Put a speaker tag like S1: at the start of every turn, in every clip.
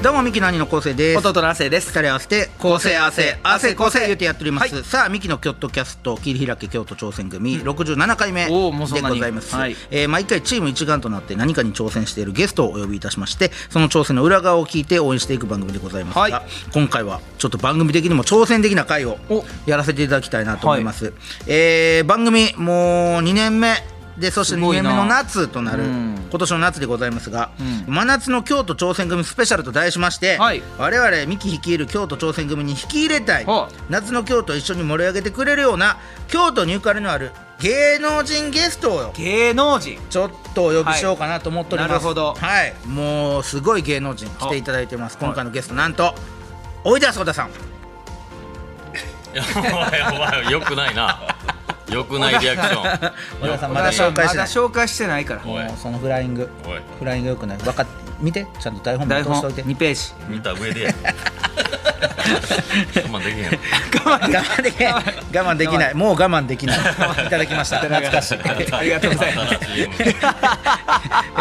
S1: どうもミキの兄の昴生です
S2: 弟の亜生です
S1: 二人合わせて
S2: 構成汗
S1: 汗
S2: 汗
S1: 構
S2: 構
S1: 成
S2: 成
S1: 言ってやっております、
S2: は
S1: さあミキのキョットキャスト切り開け京都挑戦組67回目でご
S2: おーもうそんなに
S1: ざいます、
S2: はい
S1: えー毎回チーム一丸となって何かに挑戦しているゲストをお呼びいたしましてその挑戦の裏側を聞いて応援していく番組でございますが、
S2: はい
S1: 今回はちょっと番組的にも挑戦的な回を
S2: お
S1: やらせていただきたいなと思います、えー番組もう2年目でそして
S2: す
S1: 2
S2: ごい
S1: 年
S2: な
S1: 目の夏となる
S2: うん
S1: 今年の夏でございますが、
S2: う
S1: 真夏の京都挑戦組スペシャルと題しまして、
S2: はい
S1: 我々ミキ率いる京都挑戦組に引き入れたい
S2: はあ
S1: 夏の京都を一緒に盛り上げてくれるような京都にゆかりのある芸能人ゲストを
S2: 芸能人
S1: ちょっとお呼びしようかなと思っております、
S2: はいなるほど
S1: はいもうすごい芸能人来ていただいてます今回のゲストなんとおいでやす小田さん
S3: いやお前お前よくないなよくないリアクション
S1: 小田さん
S2: ま
S1: まだ
S2: だ
S1: 紹
S2: 紹
S1: 介
S2: 介
S1: して
S2: して
S1: な
S2: ないい紹介してないから
S3: おい
S1: もうそのフライング
S3: おい
S1: フライングよくない分かっ見てちゃんと台本も
S2: 台
S1: 通
S2: 本
S1: しておいて
S2: 2ページ
S3: 見た上でや我慢で きへ ん
S1: 我慢できない我慢できないもう我慢できないいただきました懐かしい
S2: ありがとうございます
S3: 新しい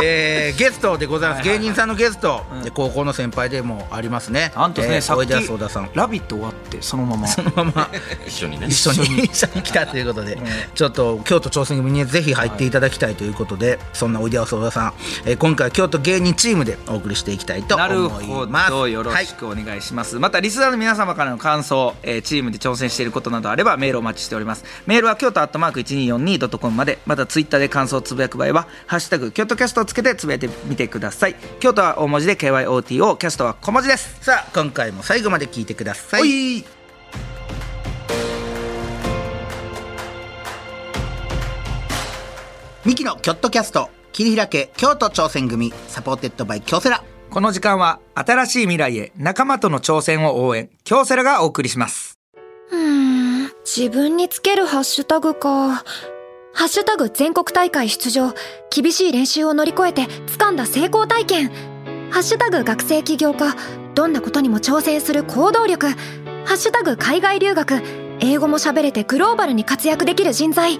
S1: えーゲストでございます、
S2: はいはい
S1: 芸人さんのゲスト、
S2: うん
S1: で高校の先輩でもありますね
S2: なんとね、
S1: えー
S2: さっ
S1: おい
S2: き
S1: でやす小田さん
S2: 「ラビット!」終わってそのまま
S1: そのま ま
S3: 一緒にね
S1: 一緒に一緒に来たということで、ちょっと京都挑戦組にぜひ入っていただきたいということで、そんなおいでやす小田さん、えー今回は京都芸人チームでお送りしていきたいと思
S2: ないる
S1: ます
S2: ほどよろしくお願いします、またリスナーの皆様からの感想、えーチームで挑戦していることなどあればメールをお待ちしておりますメールは京都アットマーク 1242.com までまたツイッターで感想をつぶやく場合は「ハッシュタグ京都キャスト」をつけてつぶやいてみてください京都は大文字で KYOTO キャストは小文字です
S1: さあ今回も最後まで聞いてください
S2: おい
S1: ミキのキョットキャスト切り開け京都挑戦組サポーテッドバイ京セラ
S2: この時間は新しい未来へ仲間との挑戦を応援京セラがお送りします
S4: うーん自分につけるハッシュタグか。ハッシュタグ全国大会出場。厳しい練習を乗り越えて掴んだ成功体験。ハッシュタグ学生起業家。どんなことにも挑戦する行動力。ハッシュタグ海外留学。英語も喋れてグローバルに活躍できる人材。っ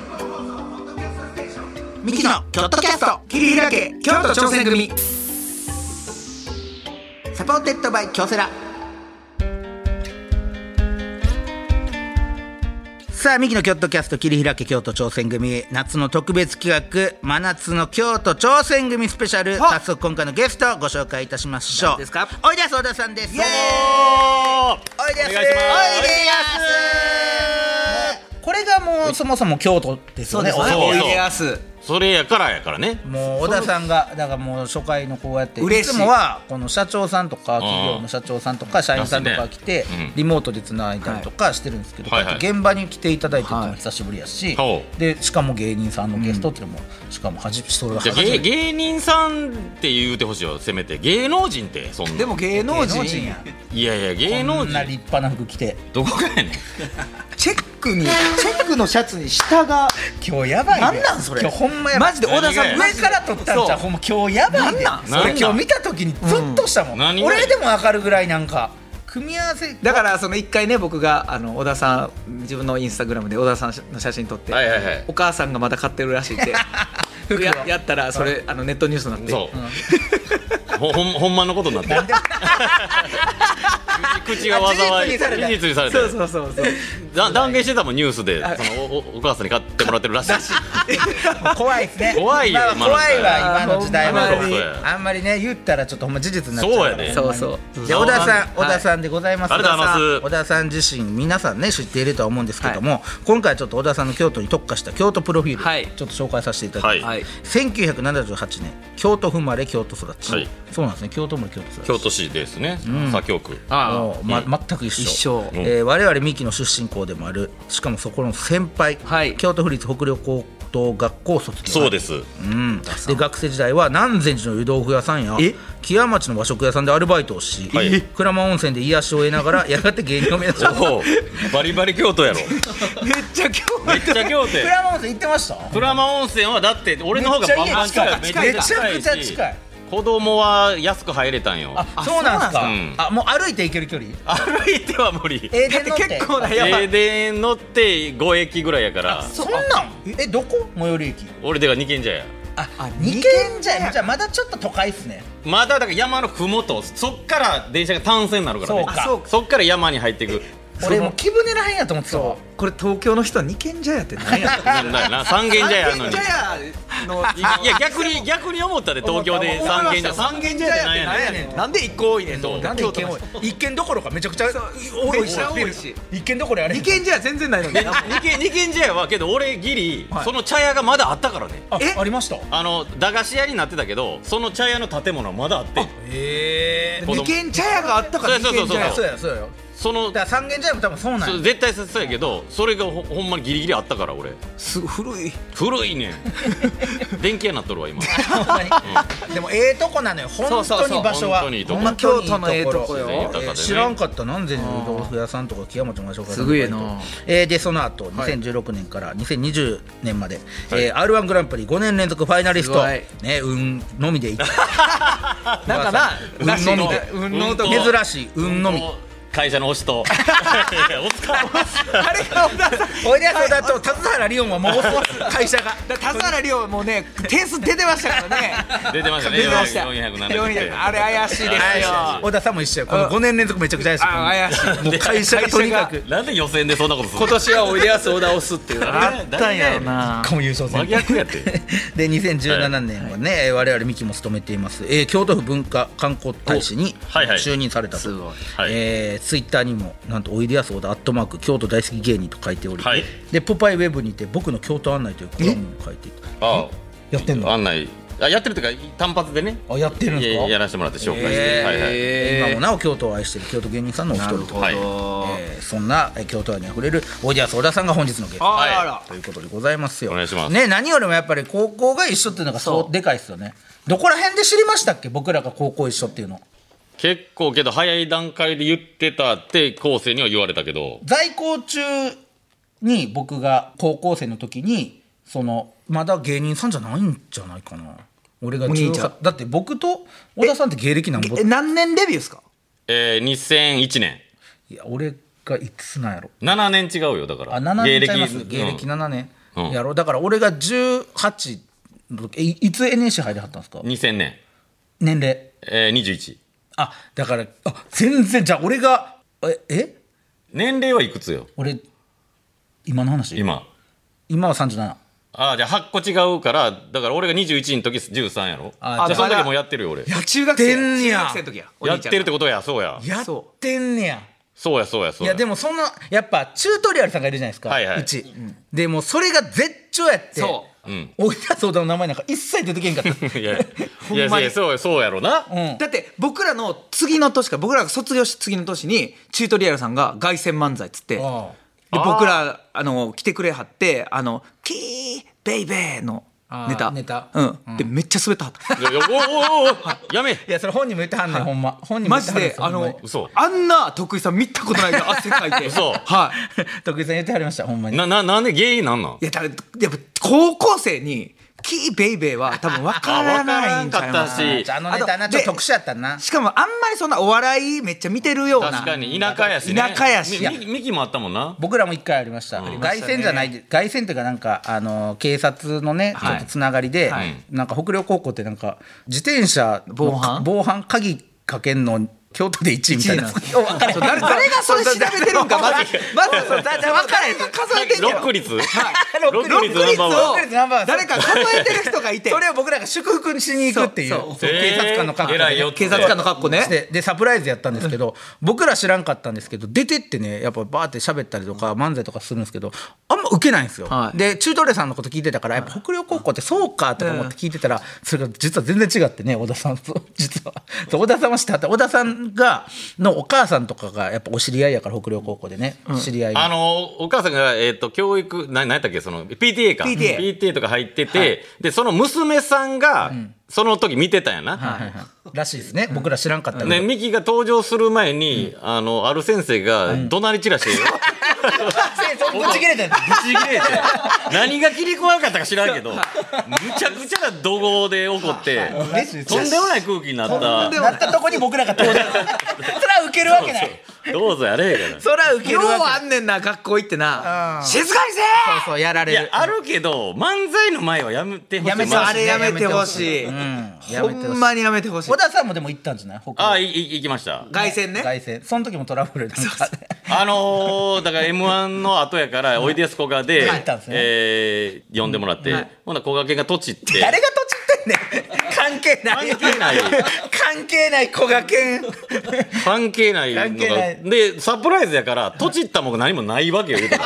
S1: ミキのキョットキャスト切り開け京都挑戦組サポーテッドバイ京セラさあミキのキョットキャスト切り開け京都挑戦組夏の特別企画真夏の京都挑戦組スペシャル
S2: は
S1: 早速今回のゲストをご紹介いたしましょう
S2: 誰ですか
S1: おいでやす小田さんですおいでやす
S3: お願いし
S1: おいで
S3: ます
S1: やすこれがもうそもそも京都ですよね
S3: そうです
S2: お
S3: ね
S2: いでやす
S3: それやからやからね
S1: もう小田さんがだからもう初回のこうやって
S2: 嬉しい
S1: つもはこの社長さんとか企業の社長さんとか社員さんとか来て
S3: すねうん
S1: リモートでつないだりとかしてるんですけど、
S3: はいはい
S1: 現場に来ていただいてっていうの
S2: は
S1: はい久しぶりやし、
S3: ほ
S1: でしかも芸人さんのゲストっていうのも、しかもはじそれが
S3: じ
S1: 初
S3: ゃあ
S1: めて
S3: 芸芸人さんって言うてほしいよせめて芸能人ってそんな
S2: でも芸能人
S1: や
S3: いやいや芸
S1: こ
S3: 能
S1: んな
S3: 人
S1: 立派な服着て
S3: どこかやねん
S2: チェックにチェックのシャツに下が
S1: 今日やばい
S2: なんなんそれ
S1: 今日ほんまやばい
S2: マジで小田さん
S3: 何が
S1: 上から撮ったんじゃう
S2: そう
S1: ほんま今日やばいで
S2: なんなん
S3: それ
S1: 俺今日見た時にゾッとしたも、
S3: うんん何が
S1: 俺でも分かるぐらいなんか組み合わせ
S2: だからその一回ね僕があの小田さん自分のインスタグラムで小田さんの写真撮って、
S3: はいはいはい
S2: お母さんがまだ買ってるらしいって
S1: 服を
S2: ややったらそれあのネットニュースになって
S3: そうほ ほんほんまのことになってる 口口が災い
S2: あ事実にされた
S3: 事実にされて
S2: そ
S3: る
S2: うそうそうそう
S3: だ断言してたもんニュースで
S2: はい
S3: そのおおお母さんに買ってもらってるらしい
S1: 怖いですね
S3: 怖いよ
S1: まあ
S3: 今の時代
S1: 怖いわ今の時代は
S2: ほんまに
S1: あんまりあんまりね言ったらちょっとほんま事実になっちゃうから
S3: そうやで
S2: そうそう
S1: じゃあ小田さん、小田さんでございます。
S3: ありがとうございます
S1: 小田さん小田さん自身、皆さんね、知っているとは思うんですけども、今回はちょっと小田さんの京都に特化した京都プロフィール、
S2: はい
S1: ちょっと紹介させていただきます。
S2: はい
S1: 1978年、京都生まれ、京都育ち。
S3: はい
S1: そうなんですね、京都生まれ、京都育ち。
S3: 京都市ですね、左京区
S2: あ
S1: もうま、全く一緒
S2: 一緒
S1: えー我々三木の出身校でもあるしかもそこの先輩、
S2: はい
S1: 京都府立北陵高等学校卒業
S3: そうです
S1: うん、で学生時代は南禅寺の湯豆腐屋さんや
S2: え
S1: 木屋町の和食屋さんでアルバイトをし、
S3: はい
S1: 鞍馬温泉で癒しを得ながらやがて芸人を目指した
S3: おおバリバリ京都やろ
S2: あめっちゃ京
S3: めっちゃ京都
S1: 鞍
S3: や
S1: 馬温泉行ってました
S3: 鞍馬温泉はだって俺の方がバンバン近い
S1: めっちゃ家近い
S3: め
S1: め
S3: っ
S1: ちゃくちゃ近い
S3: し子供は安く入れたんよ
S1: あそうなんですか
S3: そうなんですか
S1: あもう歩いて行ける距離
S3: 歩いては無理
S1: え
S2: だって結構なやば
S3: 停
S2: い
S3: 電乗って5駅ぐらいやから
S1: そんなんえどこ最寄り駅
S3: 俺でが二軒茶や
S1: あ二2軒じゃじゃあまだちょっと都会っすね
S3: まだだから山のふもとそっから電車が単線になるからね
S1: そうかあ
S2: そうか
S3: そっから山に入っていく
S1: 俺もう木舟らへんやと思ってたわ
S2: これ東京の人は二軒茶屋って何や
S3: なんだ よな三軒茶屋やのに
S2: 二軒茶屋の
S3: いや逆に逆に思ったで東京で三軒茶屋三軒茶屋ってなんやねん
S2: ねんなんで一個多いねん
S3: そう
S2: なんで一軒多い
S1: 一軒どころかめちゃくちゃ多いし
S2: 多いし
S1: 一軒どころやれへ
S2: 二
S1: ん
S2: 軒茶屋全然ないのに
S3: 二軒二軒茶屋はけど俺ギリ
S2: はい
S3: その茶屋がまだあったからね
S1: あ
S2: え
S1: ありました
S3: あの駄菓子屋になってたけどその茶屋の建物はまだあって
S1: え
S3: 子供
S2: 二軒茶屋があったから二
S3: そうそ
S2: 軒
S3: うそう
S2: 茶
S3: そう
S2: 屋
S1: そうやそうや
S3: その
S1: だから三軒茶屋も多分そうなん
S3: そ
S1: や
S3: う絶対そうやけどそれがほほんまにギリギリあったから俺
S2: すごい古い
S3: 古いね ん電気屋になっとるわ今
S1: ほんまにでもええとこなのよ本
S2: そうそう
S1: 当
S2: そう
S1: に場所は
S3: 本当にいいとこ
S1: ほんま京都のええとこ
S2: 京都
S1: よ
S2: のええ
S3: とこよ
S1: えー知らんかったなんでの豆腐屋さんとか木山町の紹介
S2: すごいな
S1: えーでその後
S2: はい
S1: 2016年から2020年まで
S3: はい
S1: えー R1 グランプリ5年連続ファイナリス
S2: す
S1: ト
S2: ごい
S1: ね運のみ でいった
S2: なんかな
S1: うん
S2: らしい
S1: 飲
S2: ね
S1: んで
S2: 運のとこ
S3: うん
S1: 珍しい運のみ
S3: 会社の推し とお疲れ
S2: あれが小田さん
S1: おいでやそうだと田津原リオンは もう会社が
S2: だ田原亮もうね点数出てましたからね
S3: 出てましたね
S2: 出てました
S3: 470
S2: 400あれ怪しいですよ
S1: 小田さんも一緒やこの5年連続めちゃくちゃ
S2: あ怪しい
S1: もう会社がとにかく
S3: なんで予選でそんなことする
S2: 今年はおいでやす小田を押すっていう
S3: あったんやろ
S2: な
S1: かも優勝戦
S3: 真逆 やって
S1: で2017年はね、えー我々ミキも務めています、えー京都府文化観光大使に
S3: おはいはい
S1: 就任されたと、
S2: すごい
S3: はい
S1: えツイッター Twitter にもなんと「おいでやす小田」アットマーク京都大好き芸人と書いており、
S3: はい
S1: でポパイウェブにて「僕の京都案内」というコラムを書いていた
S3: あ
S1: やってんの
S3: 案内あやってるというか単発でね
S1: あやってるんですか
S3: ややらせてもらって紹介して、はいはい
S2: え
S1: 今もなお京都を愛している京都芸人さんのお一人と、
S3: はい
S1: えーそんなえー京都愛にあふれるおいでやす小田さんが本日のゲスト
S2: あらあら
S1: ということでございますよ
S3: お願いします
S1: ね何よりもやっぱり高校が一緒っていうのがそうでかいですよねどこら辺で知りましたっけ僕らが高校一緒っていうの
S3: 結構けど早い段階で言ってたって後世には言われたけど
S1: 在校中に僕が高校生の時にそのまだ芸人さんじゃないんじゃないかな俺が
S2: お兄ちゃん
S1: 18だって僕と小田さんって芸歴なんぼ
S2: え何年デビューですか
S3: えー、2001年
S1: いや俺がいくつなんやろ
S3: 7年違うよだから
S1: あ7年ちゃいます
S3: うん
S1: 芸歴7年
S3: うん
S1: やろだから俺が18の時えいつ NSC 入りはったんですか
S3: 2000年、
S1: 年齢
S3: えー、21
S1: あだからあ全然じゃあ俺がええ
S3: 年齢はいくつよ
S1: 俺今の話
S3: 今
S1: 今は37
S3: ああじゃあ8個違うからだから俺が21の時13やろ
S1: あ
S3: あ
S2: じ
S3: じ
S2: ゃあ
S3: ゃあその時もうやってるよ俺や
S2: 中学
S1: 生
S2: 中
S1: 中
S2: 学
S1: 学
S2: 生
S1: 生
S2: の
S1: の
S2: 時や
S3: ってるってことやそうや
S1: やってんねや
S3: そうやそうや
S1: い
S3: そうや
S1: やでもそんなやっぱチュートリアルさんがいるじゃないですか、
S3: はいはいう
S1: ち、でもうそれが絶頂やって
S2: そ
S3: うん
S1: おいら相談の名前なんか一切出てけんかった
S3: いやい
S2: ほんま
S3: や
S2: に
S3: いやそうやそうやろな、
S1: うん
S2: だって僕らの次の年か僕らが卒業し次の年にチュートリアルさんが凱旋漫才っつってで
S1: あ
S2: 僕らあの来てくれはってあの「キーベイベー」の
S1: あー
S2: ネタ
S1: ネタ
S2: うん、でめっちゃ滑ったはった
S3: いやいやおおおおおやめ
S1: いやそれ本人も言ってはんねんほんま本人も
S2: マ
S1: 言って
S2: ジ
S1: はんねん
S2: であの
S3: 嘘
S2: あんな徳井さん見たことないから汗かいて
S3: 嘘
S2: はい
S1: 徳井さん言ってはりましたほんまに
S3: なななんで原因なんなん
S2: いやだからやっぱ高校生にキーベイベーは多分分からないんちゃいま
S3: あ分からんかっ
S2: す
S3: たし
S1: じゃああのネタな
S2: あと
S1: ちょっと
S2: で
S1: 特殊やったな
S2: しかもあんまりそんなお笑いめっちゃ見てるような
S3: 確かに田舎やしね
S2: 田舎やし
S3: みみミキもあったもんな
S1: 僕らも一回ありました
S2: りまし
S1: 凱
S2: たね
S1: 旋じゃない凱旋というかなんかあの警察のねちょ
S2: はい
S1: っとつながりで、
S2: はい
S1: なんか北陵高校ってなんか自転車の
S2: 防犯
S1: 防犯鍵かけんの京都で1位みたいな。 お分かれへん
S2: 誰誰がそれ調べてるんかまずまずそのだだ分からへん数えてんね
S3: ロ
S2: や
S3: ッ
S2: ろ
S3: ク率
S1: ロック
S3: ロック率ナンバーワン
S1: ロック率ナンバーワン
S2: 誰か数えてる人がいて
S1: それを僕らが祝福しに行くっていう
S2: そうそう
S1: そう警察官の格好
S3: えー偉いよ
S1: で
S3: って
S2: 警察官の格好ね
S1: ででサプライズやったんですけど僕ら知らんかったんですけど出てってねやっぱバーって喋ったりとか漫才とかするんですけどあんま受けないんですよ、
S2: はい
S1: で中トレさんのこと聞いてたからやっぱ北陵高校ってそうかとか思って聞いてたらそれが実は全然違ってね小田さんと 実はそう小田さんは知ってはった小田さんがのお母さんとかがやっぱお知り合いやから北陵高校でね、知り合いが
S3: あのお母さんが、えっと教育な何やったっけその PTA か
S2: PTA
S3: とか入ってて、でその娘さんが、その時見てたんやな、
S1: らしいですね僕ら知らんかったけど、
S3: ね、ミキが登場する前に、あのある先生が怒鳴り散 らして、
S1: そうぶち切れてる
S3: ぶち切れて 何が切り怖かったか知らんけどむちゃくちゃな怒号で怒ってとんでもない空気になった
S1: なったとこに僕らが登場そらウケるわけない
S3: どうぞやれへんから
S1: そらウケる
S2: よう
S1: わけない
S2: あんねんな学校行ってな
S1: うん
S2: 静かにせ
S1: そうそうやら
S3: い
S1: れ
S3: や
S1: る
S3: あるけど漫才の前はやめてほしい
S1: やめて
S2: そう
S1: ほしい
S2: あれやめてほしい
S1: うんや
S2: ほ
S1: めてほし
S2: ん
S1: い
S2: まにやめてほしい
S1: 小田さんもでも行ったんじゃない北
S3: あ
S1: 海
S3: いい行きました
S2: 凱旋ね
S1: 凱旋その時もトラブルなんか
S3: あのーだから m 1の後やからおいでやすこがで、
S1: はい行ったんですね
S3: えー呼んでもらって、ほなこがけんがとちって
S1: 誰がとちってんねん関係ない
S3: 関係ない
S1: 関係ない小賀健
S3: 関係ないのが
S1: 関係ない
S3: でサプライズやからとちったもん何もないわけよ言うたら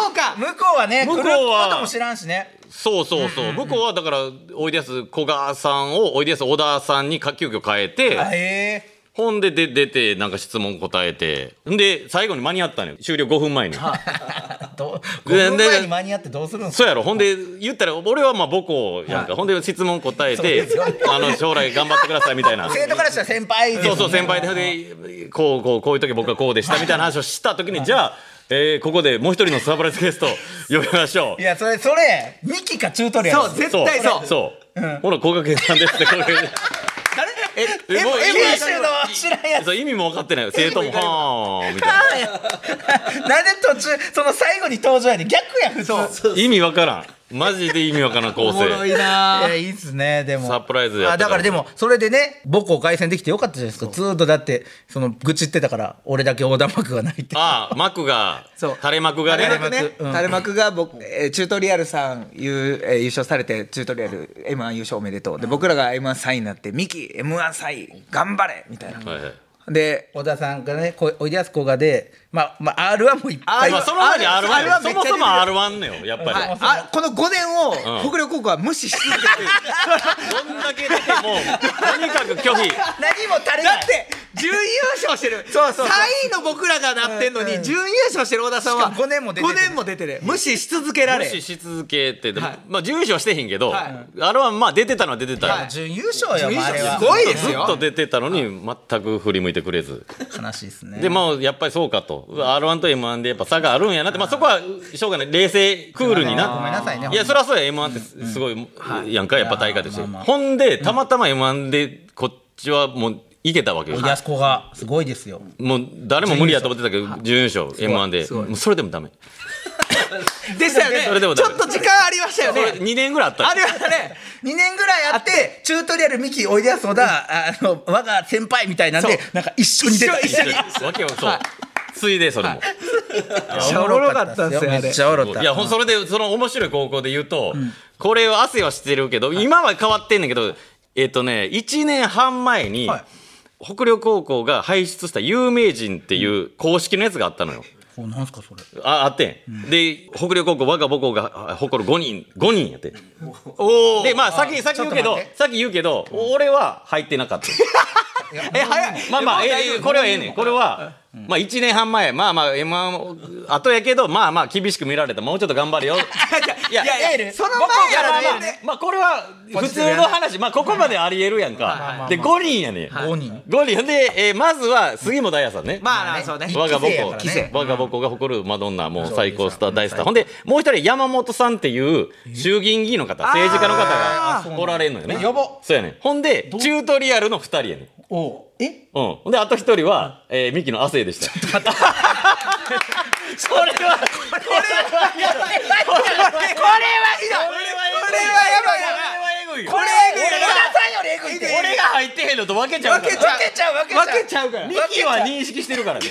S1: そうか向こうはね
S3: 向こうは
S1: 来ることも知らんしね
S3: そうそうそう、向こうはだからおいでやす古賀さんをおいでやす小田さんにか急遽変えて、
S1: あへえ
S3: ほんでで出てなんか質問答えてんで最後に間に合ったのよ終了5分前に、
S1: どう
S3: で
S1: 5分前に間に合ってどうするんすか
S3: そうやろほんで言ったら俺はまあ母校やんか、ほんで質問答えてあの将来頑張ってくださいみたいな
S1: 生徒からしたら先輩です
S3: そ
S1: も
S3: うんそう先輩ででこうこうこういう時僕はこうでしたみたいな話をした時にじゃあ、えーここでもう一人のサプライズゲス ト呼びましょう
S1: いやそれそれミキか中トレやろ
S2: そう絶対そう
S3: そう、ほら高学さんですって高学
S2: え
S3: えもう
S1: え
S3: 意
S1: 九
S3: 味
S1: 州の知らん やつ
S3: そう意味も分 かってない生徒もはーんみたい
S1: なんで途中その最後に登場やねん逆や普通
S3: な意味分からんマジで意味分からん構
S2: おもろ
S3: 成
S2: いない
S1: やいいっすねでも
S3: サプライズやった
S1: あだからでもそれでね母校凱旋できてよかったじゃないですかずーっとだってその愚痴ってたから俺だけ横断幕がないって
S3: ああ幕が
S2: そう
S3: 垂れ幕がね
S2: 垂れ幕ね
S1: うん
S2: 垂れ幕が僕、えーチュートリアルさん優,、えー優勝されてチュートリアル m 1優勝おめでとうで僕らが m 1 3位になって「ミキ m 1 3位頑張れ!」みたいな、
S3: はいはい
S2: で
S1: 小田さんがねこおいでやすこがでまあまあ R はもういっぱ
S3: あ
S1: い
S3: まあその前に
S2: R1
S3: R1 や
S2: R1 めっちゃ
S3: そもそも
S2: 出
S3: R1 ねよやっぱり、
S2: はいあこの5年を
S3: うん
S2: 北陵高校は無視し続けてる
S3: どんだけ出てもとにかく拒否
S1: 何も足りな
S2: だ
S1: い
S2: って準優勝してる
S1: そうそうそう
S2: 3位の僕らがなってんのに準優勝してる小田さ
S1: し
S2: んは
S1: かも五年も出てる
S2: 五年も出てる無視し続けら
S3: 無
S2: れ
S3: 視し続けて、
S2: はい
S3: まあ準優勝はしてへんけど、
S2: はい
S3: あれはまあ出てたのは出てたよ、
S2: はい
S1: 準優勝よ
S2: 準優勝
S1: あれは
S2: すごいで
S3: ず
S2: す
S3: っ
S2: よ
S3: と出てたのに全く振り向いてくれず、
S1: 悲しいですね
S3: でまあやっぱりそうかと r 1と m 1でやっぱ差があるんやなってまあそこはしょうがない冷静クールにな
S1: ごめんなさいね
S3: いやそりゃそうや m 1ってすすごいやんかやっぱ大会として、
S1: まあまあ
S3: ほんでたまたま m 1でこっちはもういけたわけよ、
S1: おいでやすこがすごいですよ
S3: もう誰も無理やと思ってたけど準優勝 m 1です
S2: ごい
S3: もうそれでもダメ
S2: でしたよね
S3: それでも
S2: ち
S3: ダ
S2: ょ
S3: メ
S2: っと時間ありましたよ
S3: これ
S2: ね
S3: 2年ぐらいあったよ
S2: ありましたね
S1: 2年ぐらいあってチュートリアルミキおいでやす小田あの我が先輩みたいなんで
S2: そう
S1: なんか一緒に出た
S2: 一緒に
S3: わけはそう、ついでそれも、
S2: めっちゃおもろかったっすよあれ
S1: めっちゃおもろかった
S3: いやほんそれでその面白い高校で言うと、これを汗はしてるけど今は変わってんねんけどえっ、とね1年半前に、
S1: はい
S3: 北陵高校が輩出した有名人っていう公式のやつがあったのよ。
S1: おなんすかそれ
S3: ああってん、で北陵高校我が母校があ誇る5人5人やって
S2: おお
S3: でまあ先先言うけど先言うけど俺は入ってなかった
S2: え早い
S3: まあまあ、
S2: えもう
S3: ええこれはええねん。これは、まあ1年半前、まあまあ、M1、後やけど、まあまあ、厳しく見られた。もうちょっと頑張れよ。い
S2: いやいやいやその前
S3: や
S2: か
S3: まあ
S2: ら
S3: まあ
S2: ね、
S3: まあこれは普通の話、まあここまでありえるやんか。で、5人やねん。
S1: 5人
S3: 5人。で、えーまずは杉本彩さんね。
S2: まあなそうね
S3: 我が母
S1: 一期生や
S3: 校、
S1: からね
S3: 我が母校が誇るマドンナ、もう最高スター、大スター。ほんで、もう一人山本さんっていう衆議院議員の方、政治家の方
S2: あ
S3: がおられんのよね。
S1: やば
S3: そうやねん。ほんで、チュートリアルの2人やねん。
S1: おえ
S3: うん。ほんで、あと一人は、えーミキの亜生でした。 これは、これは、これは、これは、
S2: これはひどいこれはやばいな
S3: これはえぐいよ。
S2: これはえぐい
S1: 小
S2: よ
S1: 田さんよりエグいって
S3: 俺が入ってへんないのと分けちゃうから
S1: 分けちゃう分けちゃう
S2: 分けちゃうから
S3: ミキは認識してるからね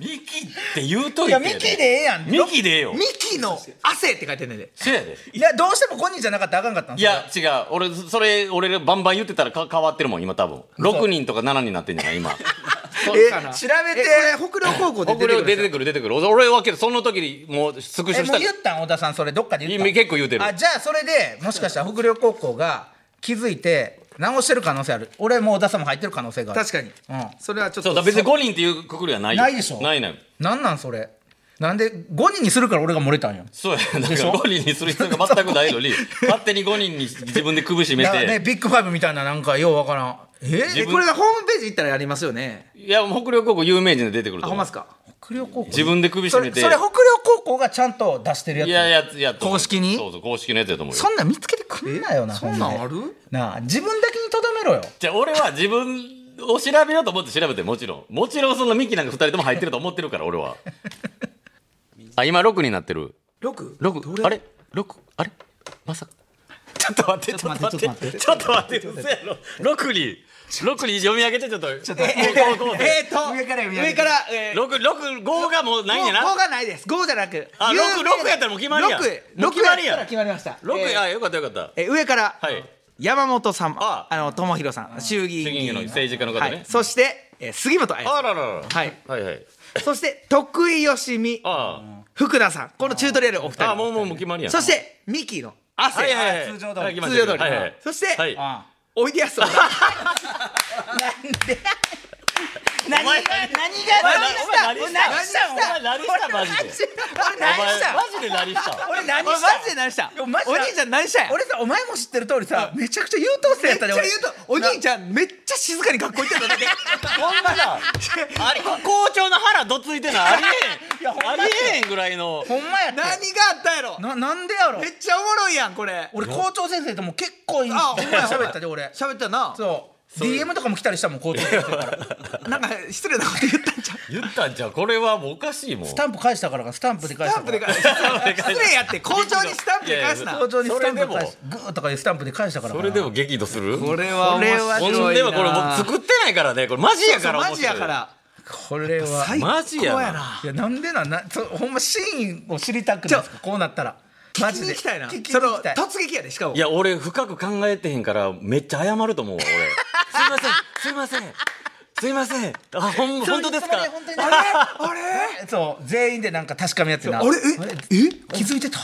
S3: ミキって言うとい
S1: い
S3: て
S1: や
S3: や
S1: ミ
S3: で
S1: キでええやん
S3: ミキでええよ
S1: ミキの汗って書いてんねんで
S3: せやで
S1: いやどうしても5人じゃなかったらあかんかったん
S3: い
S1: ですよ
S3: や違う俺それ俺らバンバン言ってたらか変わってるもん今多分6人とか7人になってんじゃ ない今
S1: え調べて
S2: えこれ北陵高校で
S3: 僕
S2: 出てくるん
S3: ら出
S2: で
S3: てくる出てくる俺はけどその時にもうスクシ
S1: え
S3: ョし
S1: も
S3: た
S1: う言ったん小田さんそれどっかで言ったん
S3: いや結構言うてる
S1: あじゃあそれでもしかしたら北陵高校が気づいて直してる可能性ある俺も小田さんも入ってる可能性がある
S2: すよ確かに、
S1: うん
S2: それはちょっ
S3: そ
S2: と
S3: うだ別に5人っていうくくりはないよ
S1: ないでしょ
S3: ないない
S1: なんなんそれなんで5人にするから俺が漏れたんや
S3: そうやだから5人にする必要が全くな いのに勝手に5人に自分で首絞め
S1: だか
S3: て、
S1: らねビッグファイブみたいななんかようわからんえ
S2: え
S3: 自分
S2: これがホームページ行ったらやりますよね
S3: いやもう北陵高校有名人で出てくる
S2: あ
S3: と
S2: ほん
S3: 思
S2: ま
S3: う
S2: っすか
S1: 北陵高校
S3: 自分で首
S1: そ
S3: 絞
S1: れ
S3: めて
S1: それ北陵高校がちゃんと出してるやつ
S3: いやいやいやと思う
S1: 公式に
S3: そうそう公式のやつやと思うよ
S1: そんなん見つけてくんなよな
S2: え
S1: ほで
S2: そんなんある
S1: なあ自分だけにとどめろよ
S3: じゃあ俺は自分を調べようと思って調べてもちろんもちろんそのミキなんか2人とも入ってると思ってるから俺 はあ今6になってる
S2: 六
S3: 6あれ6あれまさかちょっと待ってちょっと待ってちょっと待って嘘やろ6に6に読み上げてちょっとちょっと
S2: えー、と上から上から、えー、
S3: 665がもうないんやな
S2: 5がないです5じゃなく
S3: あ
S2: 有名な
S3: 六六やったらもう決まりやん
S2: 六
S3: もう決まり
S2: 六った
S3: やん
S2: ら決まりました
S3: 六
S2: えー
S3: あよかったよかった
S2: えー上から、
S3: はい
S2: 山本さんあ
S3: あ
S2: の智弘さん衆議院議員
S3: 衆議院の政治家の方ね
S2: はい、そして、えー、杉本
S3: あ
S2: 彩
S3: ららら
S2: はい
S3: はいはい
S2: そして徳井よしみ
S3: あ
S2: 福田さんこのチュートリアルお二人
S3: ああもうもうもう決まりやん
S2: そしてミキの汗、
S3: はいはいはい
S1: 通常通り
S3: はい来ま
S2: 通
S3: し
S2: 常
S3: た
S2: 通り、
S3: はいはい
S2: そして、
S3: はい
S1: あ
S2: おいでやす小田なんで何が何が何した
S3: 何したお前何したマジで
S2: 俺何した
S3: お前マジで
S1: した
S2: 俺何マジで何
S3: 何した
S2: した
S1: やマジで
S2: お兄ちゃん何したんや
S1: 俺さお前も知ってる通りさめちゃくちゃ優等生
S2: め
S1: や
S2: っ
S1: っ
S2: ち
S1: た
S2: ゃ
S1: で
S2: 言うとお兄ちゃんめっちゃ静かに学校行ってただけほんまだ
S3: あれ校長の腹どついてないありえへんありえへんぐらいの
S1: ほんまやっ
S2: 何が
S1: た
S2: あったんやろ
S1: ななんでやろ
S2: めっちゃおもろいやんこれ
S1: 俺校長先生とも結構いい
S2: あほんまや
S1: 喋ったで俺
S2: 喋ったな
S1: そう。DM とかも来たりしたもん校長先生から
S2: なんか失礼なこと言ったんちゃう
S3: 言ったんじゃうこれはもうおかしいもん
S1: スタンプ返したからかスタンプで返し
S2: ス
S1: た
S2: タ
S1: か
S2: ンプで
S1: ら
S2: 返す失礼やって校長にスタンプで返す
S3: いやい
S2: な
S3: や
S1: 校長にスタンプで返
S3: それでも
S1: しグーとかいうスタンプで返したからか
S3: そ
S1: な
S3: れでも激怒するこ
S2: れは
S3: ほんでもこれもう作ってないからねこれマジやから
S2: マジやから
S1: これは
S2: 最高
S3: マジやな
S2: やない
S1: やなんでなんなそほんまシーンを知りたくないですかこうなったらマ
S2: マ
S1: ジで
S2: ジで行きたいな
S1: 聞き
S2: そ
S1: に
S2: の
S1: 行きたい
S2: 突撃やでしかも
S3: いや俺深く考えてへんからめっちゃ謝ると思うわ俺すいませんすいませんすいませんあほん本当です
S1: あ
S3: か
S1: れあれそう全員でなんか確かめやつな
S2: あれええ
S1: 気づいてた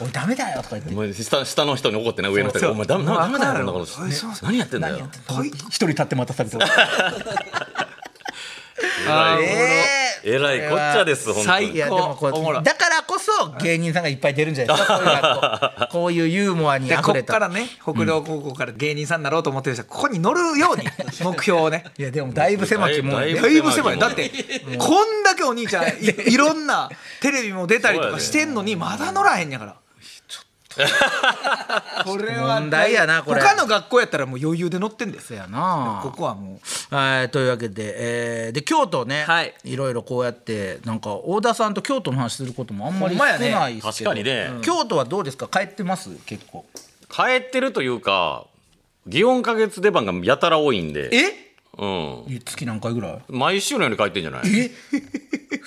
S1: 俺ダメだよとか言って
S3: お前下下の人に怒ってない上の人に
S2: そう
S3: お前ダメなダメだよこんなこ
S2: そう
S3: と何やってんだよ
S2: はい
S1: 一人立って待たされてる
S3: 偉い
S1: え
S3: えらいこっちゃです本当
S2: 最
S1: い
S3: に
S1: やでもこ
S2: おもろいう
S1: だからこそ芸人さんがいっぱい出るんじゃないですかこういう学校こう いうユーモアに
S2: で
S1: あ
S2: こ
S1: ふ
S2: っ
S1: れた
S2: からね北陵高校から芸人さんになろうと思ってる人はここに乗るように目標 をね
S1: いやでもだいぶ狭きもん
S3: だ
S1: や
S3: い
S1: で
S2: だいぶ狭い
S3: 狭
S2: だ
S3: い
S2: ってこんだけお兄ちゃん いいろんなテレビも出たりとかしてんのにまだ乗らへんやからちょっとこれは
S1: 問題やなこれ
S2: 他の学校やったらもう余裕で乗ってんです
S1: そ
S2: よ
S1: やな
S2: ここはも
S1: はいというわけで、えーで京都ね、
S2: はいい、
S1: ろいろこうやってなんか大田さんと京都の話することもあんまり
S2: ほん
S1: 少
S2: まやね
S1: ないですけど、
S3: 確かにね
S1: うん京都はどうですか帰ってます結構
S3: 変えてるというか祇園花月出番がやたら多いん
S2: う
S3: で
S2: え
S3: うん
S1: え月何回ぐらい
S3: 毎週のように帰ってんじゃない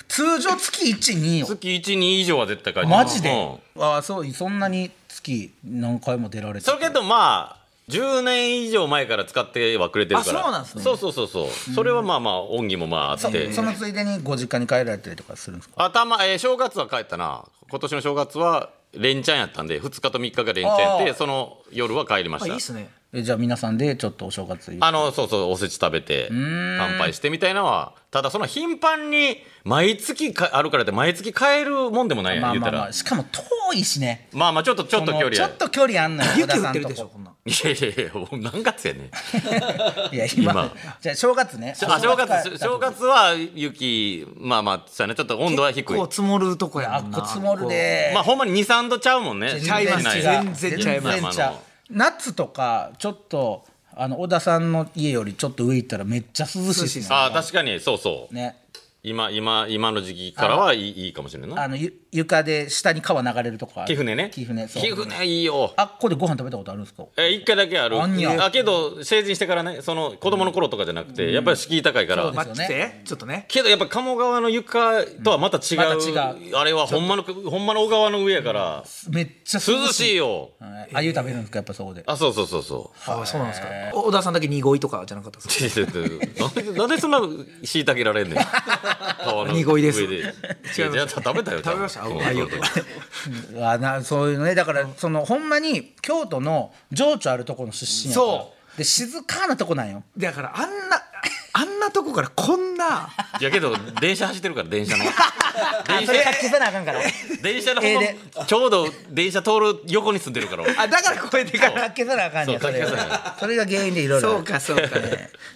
S1: 通常月12よ
S3: 月12以上は絶対帰ってる
S1: マジで、
S3: うん
S1: ああそうそんなに月何回も出られて
S3: それけどまあ10年以上前から使ってはくれてるから
S2: あそうなんすね
S3: そうそうそうそうそれはまあまあ恩義もまああって
S1: そのついでにご実家に帰られたりとかするんですか
S3: 頭、えー正月は帰ったな今年の正月は連チャンやったんで2日と3日が連チャンやっ
S1: あ
S3: てその夜は帰りま
S2: あ
S3: し
S2: いい
S3: た
S2: っすね
S1: えじゃあ皆さんでちょっとお正月
S3: あのそうそうおせち食べて乾杯してみたいなのはただその頻繁に毎月かあるからって毎月帰るもんでもないやん
S1: まあ
S3: 言う
S1: ま
S3: た
S1: あま
S3: ら
S1: あしかも遠いしね
S3: まあまあちょっとちょっと距離
S1: その
S3: や
S1: ちょっと距離あんのよ
S2: 雪
S1: 小
S2: 降
S1: 田さ
S2: って
S1: ん
S2: る
S1: と
S2: でしょ
S1: こ
S2: こんなん
S3: いやいやいやもう何月やねん
S1: いや今
S3: 今
S1: じゃあ正月ね
S3: あ正
S1: 帰った
S3: 月
S1: 時
S3: 正月は雪まあまあそうやなちょっと温度は低い
S2: こう積もるとこや
S1: あ
S2: もんな
S1: こ積もるで
S3: まあほんまに23度ちゃうもんね
S2: ちゃいます
S3: しな
S2: 全然
S3: い
S2: ちゃいます
S1: 全然ち
S3: まあまあまあ
S1: ゃう夏とかちょっとあの小田さんの家よりちょっと上行ったらめっちゃ涼しいし
S3: あー確かにそうそう
S1: ね
S3: 今今今の時期からはいいいいかもしれんない
S1: あのゆ床で下に川流れるとこある
S3: 貴船ね
S1: 貴船そう
S3: 貴船いいよ
S1: あっこでご飯食べたことあるんですか
S3: え一回だけある
S1: あんにゃ
S3: あけど成人してからねその子供の頃とかじゃなくて、やっぱり敷居高いから、
S1: そうです
S2: 待ってちょっとね
S3: けどやっぱ鴨川の床とはまた違う,、
S1: うんまた違う
S3: あれはほんまのほんまの小川の上やから
S1: めっちゃ
S3: 涼しい
S1: よ
S3: よ
S1: はいあゆ食べるんですかやっぱそこで
S3: あそうそうそうそう
S2: あそうなんですか小田さんだけ2号位とかじゃなかったですか
S3: ちょちょちょなんでなんでそんな虐げられんねん川の
S2: 濁いです
S3: 上で違
S2: 違いま
S3: う
S2: す
S3: 違う食べたよ
S2: 食べました
S3: ちゃんと
S2: ああいう
S1: あなそういうのねだからそのほんまに京都の情緒あるところの出身やから
S2: そう
S1: で静かなとこなんよ
S2: だからあん なあんなとこからこんない
S3: やけど電車走ってるから電車の電
S1: それ
S3: 車
S1: 消さなあかんから
S3: 電車の
S1: ええ
S3: ほんまちょうど電車通る横に住んでるから俺
S2: あだから声でかな
S1: 消さなあかんねん
S3: そ
S1: そうれ
S3: 消さな
S1: はそれが原因でいろいろある
S2: そうかそうか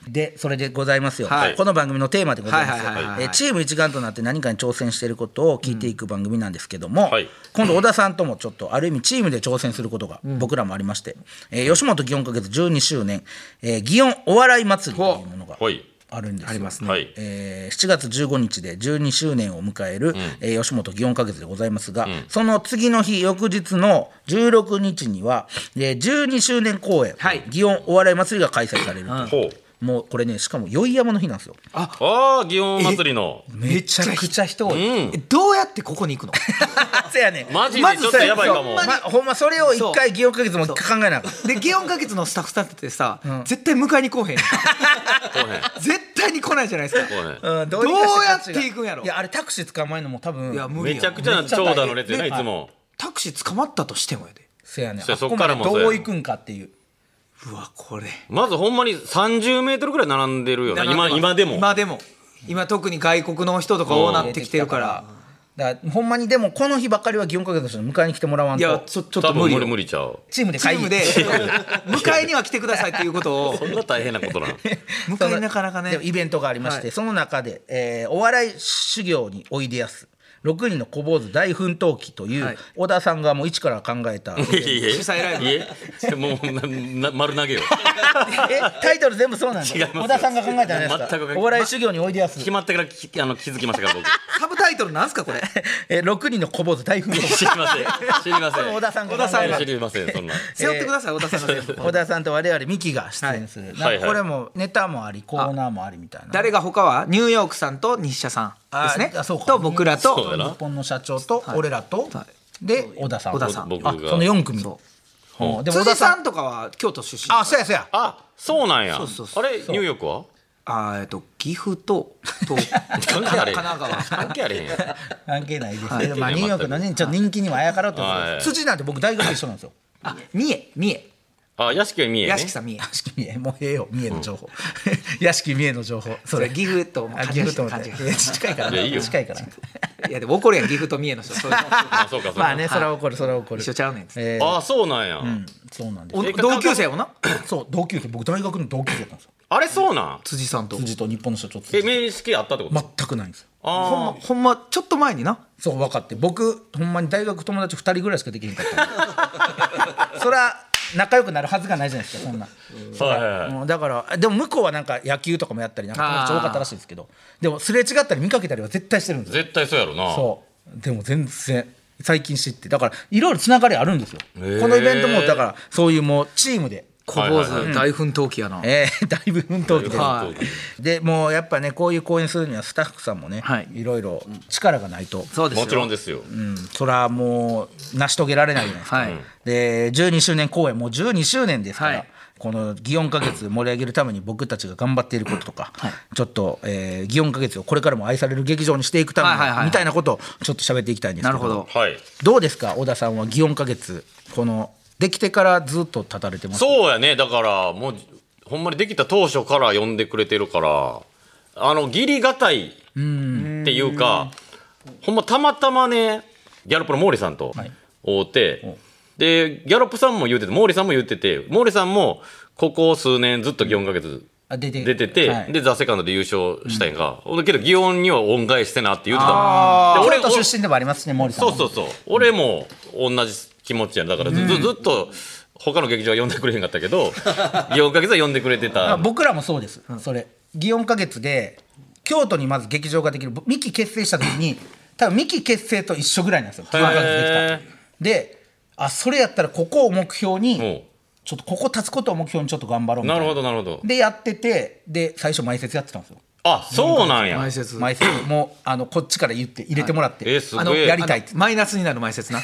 S1: でそれでございますよ、
S2: はい
S1: この番組のテーマでございます、
S2: はいはいはいはい
S1: えーチーム一丸となって何かに挑戦していることを聞いていく番組なんですけども、
S3: はい
S1: 今度小田さんともちょっとある意味チームで挑戦することが僕らもありまして、えー吉本祇園か月12周年、えー、祇園お笑い祭りというものが
S3: ほい
S1: あるんですよあります
S3: ねはい
S1: えー7月15日で12周年を迎える、えー吉本祇園か月でございますが、その次の日翌日の16日には、えー12周年公演、
S2: はい
S1: 祇園お笑い祭りが開催されるという
S3: ほう
S1: もうこれねしかも宵山の日なんですよ
S3: ああ祇園祭りの
S2: めちゃくちゃ人多
S3: い
S2: えどうやってここに行くの
S1: せやねん
S3: マジで
S2: まず
S3: ちょっとやばいかも
S1: まほんまそれを一回祇園か月も考えなあかん
S2: で祇園か月のスタッフさんってさ、絶対迎えに来おへん
S3: 来おへん
S2: 絶対に来ないじゃないですか
S3: 来おへん
S1: うんどう
S2: どうやって行くんやろ
S1: いやあれタクシー捕まえるのも多分
S2: いや無理
S3: め
S2: や
S3: ちゃくちゃな長蛇の列やないつも
S2: タクシー捕まったとしてもやで
S1: せやねん
S3: せや
S1: あそ
S3: そ
S1: こ
S3: っか
S1: まで
S3: らもそうや
S1: どう行くんかっていう
S2: うわこれ
S3: まずほんまに30メートルぐらい並んでるよな今今でも
S2: 今でも今特に外国の人とか多なってきてるから
S1: だからほんまにでもこの日ばっかりは祇園か月の人に迎えに来てもらわん
S2: いや
S1: と
S2: ちょちょっ
S3: 多
S2: と無
S3: 分
S2: 理
S3: 無
S2: よ
S3: 理無理ちゃう
S1: チームで
S2: チ
S1: 会
S2: ー
S1: 議
S2: ムで迎えには来てくださいっていうことを
S3: そんな大変なことなの
S2: 迎えになかなかね
S1: でもイベントがありまして、
S2: はい
S1: その中で、えーお笑い修行においでやす6人の小坊主大奮闘記という、
S2: はい
S1: 小田さんがもう一から考えた
S3: いやいや
S2: 主催ライブ
S3: いやもうなな丸投げよ
S1: えタイトル全部そうなんです
S3: 違いますよ
S1: 小田さんが考えたんじゃないです
S3: 全く関
S1: か
S3: 係
S1: お笑い修行においでやす
S3: 決まってからきあの気づきましたから僕
S2: サブタイトルなんすかこれ
S1: えー6人の小坊主大奮闘
S3: 知
S1: 記
S3: りません知りませ
S1: これも小田さんが考
S2: 小田さ
S1: え
S2: ん
S1: た
S2: が
S3: 知りませんそんな
S2: 背負ってください小田さんが全部
S1: 小田さんと我々ミキが出演する、
S3: はい
S1: なんかこれもネタもありコーナーもありみたいな
S2: 誰が他はニューヨークさんと日社さんですね
S1: ああそうか
S2: と僕ら
S3: そうだ
S2: と
S3: な
S1: 日本の社長と俺らと、
S2: は
S1: で小田さん
S2: 小田さん
S3: 僕
S1: あ
S3: が
S1: その4組
S2: そ
S1: うんでも小田
S2: 辻
S1: さ
S2: さ
S1: ん
S2: んとかは京都出身
S1: あそうやそうや
S3: あそうなんや
S2: そうそうそ
S3: あれニューヨークは
S2: あーえっと岐阜と と
S3: 関係あれへ
S2: 神
S3: ん
S2: 奈川
S3: 関係あれへんやん
S1: 関係ないですけ
S2: は
S1: ど、
S2: い
S1: まあ、ニューヨークのねちょっと人気にはあやからうってことで
S3: はい
S1: 辻なんて僕大学一緒なんですよ
S2: あ三重三重
S3: あ屋敷は三重ね
S2: 屋敷さん三重
S1: 屋敷三重もうええよ三重の情報、屋敷三重の情報そ
S2: そ
S1: れ
S2: れ岐阜とも
S1: あ岐阜と思っ
S2: 勘違
S1: て
S2: い
S1: いや近いから
S3: いやいいよ
S1: 近いから
S2: いやでも怒るやん岐阜と三重の人そういうの
S3: あそうかそうか、
S1: まあねそれは怒るそれは怒る
S2: 一緒ちゃうねん
S1: えー
S3: あそうなんや、
S1: うんそうなんです
S2: お
S3: え
S2: 同級生やもんな
S1: そう同級生僕大学の同級生だったんですよ
S3: あれそうなん
S2: 辻さんと
S1: 辻と日本の社長
S3: え
S1: 辻
S3: 面識あったってこと、
S1: 全くないんですよ
S3: あ
S2: ほんまほんまちょっと前にな
S1: そう分かって僕ほんまに大学友達2人ぐらいしかできへんかった そりゃ仲良くなるはずがないじゃないですかそんな
S3: ーはいはいはい
S1: うんだからでも向こうはなんか野球とかもやったりなんか友達多かったらしいですけどでもすれ違ったり見かけたりは絶対してるんですよ
S3: 絶対そうやろな
S1: そうでも全然最近知ってだからいろいろつながりあるんですよ
S3: ー
S1: このイベントもだからそういうもうチームで、
S2: 小坊主大奮闘記やな
S1: え ー、だいぶ奮闘期で、
S2: は
S1: でもうやっぱねこういう公演するにはスタッフさんもね、
S2: はい
S1: い、ろいろ力がないと、
S2: そうですよ
S3: もちろんですよ、
S1: うん、そらもう成し遂げられないじゃないですか、
S2: はい
S1: で12周年公演もう12周年ですから、
S2: はい
S1: この祇園か月盛り上げるために僕たちが頑張っていることとか、ちょっと、えー、祇園か月をこれからも愛される劇場にしていくために、
S2: はいはいはい
S1: みたいなことをちょっと喋っていきたいんですけ
S2: な
S1: ど
S2: るほど
S3: はい
S1: どうですか小田さんは祇園か月このできてからずっと立たれてます
S3: そうやねだからもうほんまにできた当初から呼んでくれてるからあの義理がたいっていうかほんまたまたまねギャロップの毛利さんと会うて、でギャロップさんも言うてて毛利さんも言ってて毛利さんもここ数年ずっと祇園か月
S1: あ出て
S3: 出てて、
S1: はい
S3: で「ザ・セカンドで優勝したんやんか、けど祇園には恩返してなって言ってたの
S1: 京
S3: で俺
S1: 都
S3: 俺
S1: 出身でもありますしね森さん
S3: そうそうそう俺も同じ気持ちやんだからず,、ずずっと他の劇場は呼んでくれへんかった けど4ヶ月は呼んでくれて
S1: あ
S3: た
S1: 僕らもそうです、それ祇園か月で京都にまず劇場ができるミキ結成した時に多分ミキ結成と一緒ぐらいなんですよ
S3: へ
S1: キングカズでき
S3: ー
S1: たであそれやったらここを目標
S3: おう
S1: にちょっとここ立つことを目標にちょっと頑張ろうみた
S3: ないるほどなるほど
S1: でやっててで最初埋設やってたんですよ
S3: あそうなんや
S2: 埋設
S1: 埋設もうあのこっちから言って入れてもらって、
S3: はいえーすごい
S1: あのやりたいって
S2: あのマイナスになる埋設な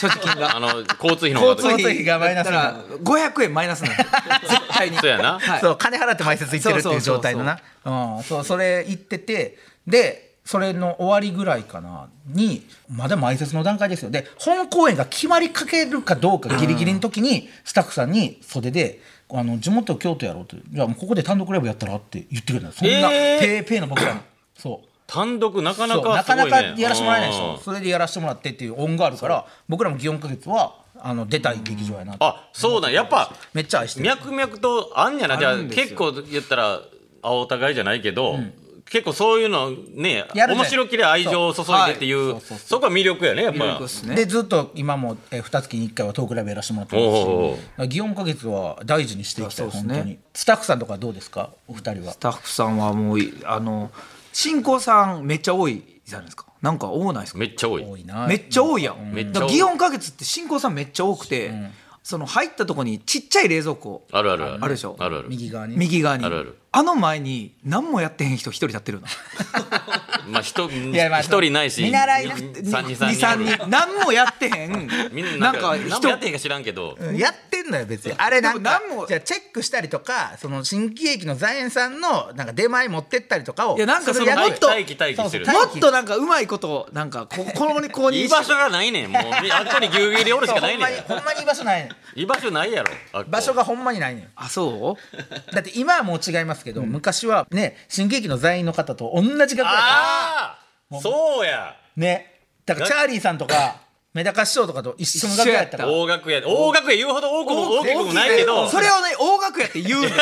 S2: 所持金が
S3: あの交通費の方
S2: 交
S3: が
S1: 交
S2: 通
S1: 通
S2: 費
S1: 費がマイナスになる
S2: だったら500円マイナスになる絶対に
S3: そうやな
S2: はい
S1: そう金払って埋設行ってるっていう状態のなうんそうそれ行っててでそれの終わりぐらいかなにまだ埋設の段階ですよで本公演が決まりかけるかどうかギリギリの時にスタッフさんに袖で「あの地元京都やろ」うって「じゃあもうここで単独ライブやったら?」って言ってくれたのそんな
S3: えー
S1: ペーペーの僕らにそう。
S3: 単独なかな
S1: そう
S3: か
S1: な
S3: すご
S1: か
S3: い、ね、
S1: なかやらせてもらえないでし
S3: う
S1: ょ
S3: ん
S1: それでやらせてもらってっていう恩があるから僕らも祇園か月はあの出たい劇場やなって
S3: あそうなんやっぱ
S1: めっちゃ愛してる
S3: 脈々とあんやなじゃあ結構言ったらあお互いじゃないけど、結構そういうのね
S1: やるじゃん
S3: 面白きで愛情を注いでっていう
S1: そうはいそうそうそう
S3: そこは魅力やねやっ
S2: 魅力
S3: ぱ
S2: っすね
S1: でずっと今も、えー、2月に1回はトークライブやらせてもらってますし
S3: おうおうお
S1: だ
S3: う
S1: から祇園か月は大事にしていきたい、
S2: あそう
S1: 本
S2: ですね
S1: 当にスタッフさんとかどうですかお二人は
S2: スタッフさんはもういあの新婚さんめっちゃ多いじゃないですかなんか多ないですか
S3: めっちゃ多い
S1: 多いな
S2: めっちゃ多いや
S3: めっ
S2: ん
S3: ちゃ多い
S2: 祇園花月って新婚さんめっちゃ多くて、その入ったとこにちっちゃい冷蔵庫
S3: あるあるある
S2: あるでしょ
S3: あるある
S1: 右側に
S2: 右側に
S3: あるある
S2: あの前に何もやってへん人一人立って るな
S3: まあ人一、
S1: やまあ
S3: 人ないし
S1: 見習いなく
S3: 3
S2: 二
S3: 人
S2: 三
S3: 3人
S2: 人何もやってへん
S3: みん
S2: な
S3: なんん
S2: か
S3: か
S2: 人
S3: 何もやってへんか知らんけど
S1: うんやってんのよ別にあれなんか
S2: でも何も
S1: じゃあチェックしたりとかその新喜劇の座員さんのなんか出前持ってったりとかを
S2: いやなんかその
S1: れや
S2: もっと
S3: 待機待機してる
S1: そう
S2: も
S1: そう
S2: っとなんかうまいことなんかここのここに
S3: 居場所がないねんもうあっこにぎゅうぎゅうでおるし
S1: そうほ
S3: かなんい
S1: ま
S3: ね
S1: にほんまに居場所ない ねん
S3: ん居場所ないやろあっこ
S1: 場所がほんまにないねん
S2: あそう
S1: だって今はもう違いますけど、昔はね新喜劇の座員の方と同じ楽屋だから
S3: ああそうや
S1: ねだからチャーリーさんとかメダカ師匠とかと一緒の楽屋やったから
S3: 大学や大学や言うほど多くも大きくもないけど
S2: それをね大学やって言う の言い